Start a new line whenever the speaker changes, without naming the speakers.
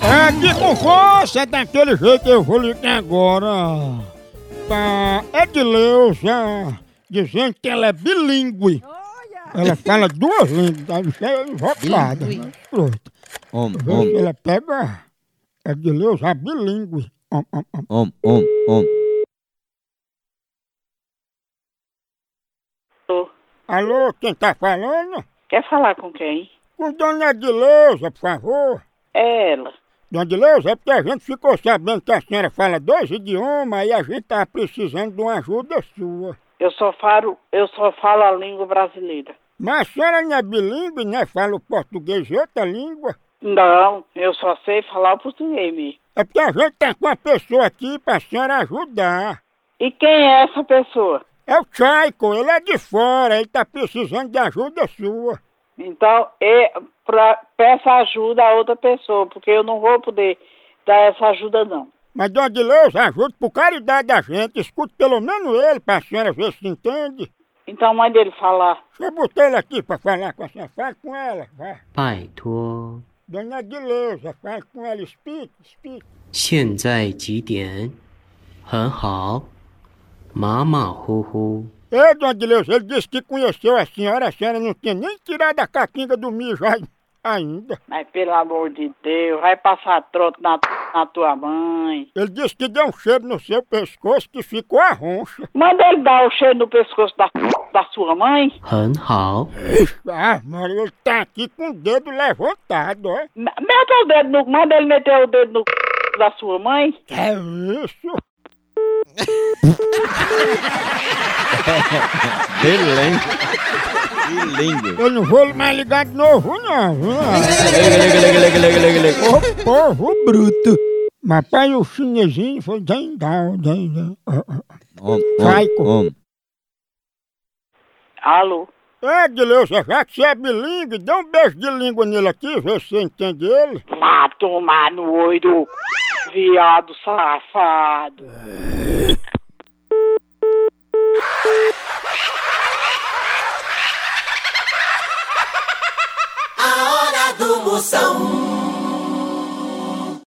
Tá aqui com força, daquele jeito eu vou ligar agora Tá, é pra Edileuza, dizendo que ela é bilíngue. Ela fala duas línguas, a bicha é invocada. Né? Pronto.
Om, om,
Ela pega é a Edileuza bilíngue. Om, om, om.
om, om, om.
Tô.
Alô, quem tá falando?
Quer falar com quem?
Com Dona Edileuza, por favor.
É ela.
Dona Edileuza, é porque a gente ficou sabendo que a senhora fala dois idiomas e a gente tá precisando de uma ajuda sua.
Eu só falo, eu só falo a língua brasileira.
Mas a senhora não é bilíngue, né? Fala o português e outra língua.
Não, eu só sei falar o português mesmo.
É porque a gente tá com uma pessoa aqui pra senhora ajudar.
E quem é essa pessoa?
É o Tchaico, ele é de fora, ele tá precisando de ajuda sua.
Então, é, pra- peça ajuda a outra pessoa, porque eu não vou poder dar essa ajuda, não.
Mas, Dona Dileuza, ajude por caridade da gente. Escute pelo menos ele pra senhora ver se entende.
Então, mãe dele falar.
Deixa eu botar ele aqui pra falar com a senhora. Fale com ela, vai.
拜托，
Dona Dileuza, fale com ela. Explique, explique.
现在几点？很好，马马虎虎。
Ei, Dona Dileuza, ele disse que conheceu a senhora. A senhora não tinha nem tirado a caquinha do mijo ai- ainda.
Mas, né, pelo amor de Deus, vai passar troto na, na tua mãe.
Ele disse que deu um cheiro no seu pescoço que ficou a roncha.
Manda ele dar o cheiro no pescoço da, da sua mãe.
很好，
Ah, mano, ele tá aqui com o dedo levantado, ó.
Me- Meta o dedo no. Manda ele meter o dedo no c... da sua mãe.
É isso?
Bilingue. Bilingue.
Eu não vou mais ligar de novo, não. viu?
Liga, liga, liga, liga, liga, liga, liga.
Ô povo bruto. Mas pai, o chinesinho foi dang dao, dang dao. Ó, ó.
Om,
Tchaico.
om, om.
Alô?
É, Dileuza, já que você é bilingue, dê um beijo de língua nele aqui, vê se você entende ele.
Vá tomar no oiro, viado safado.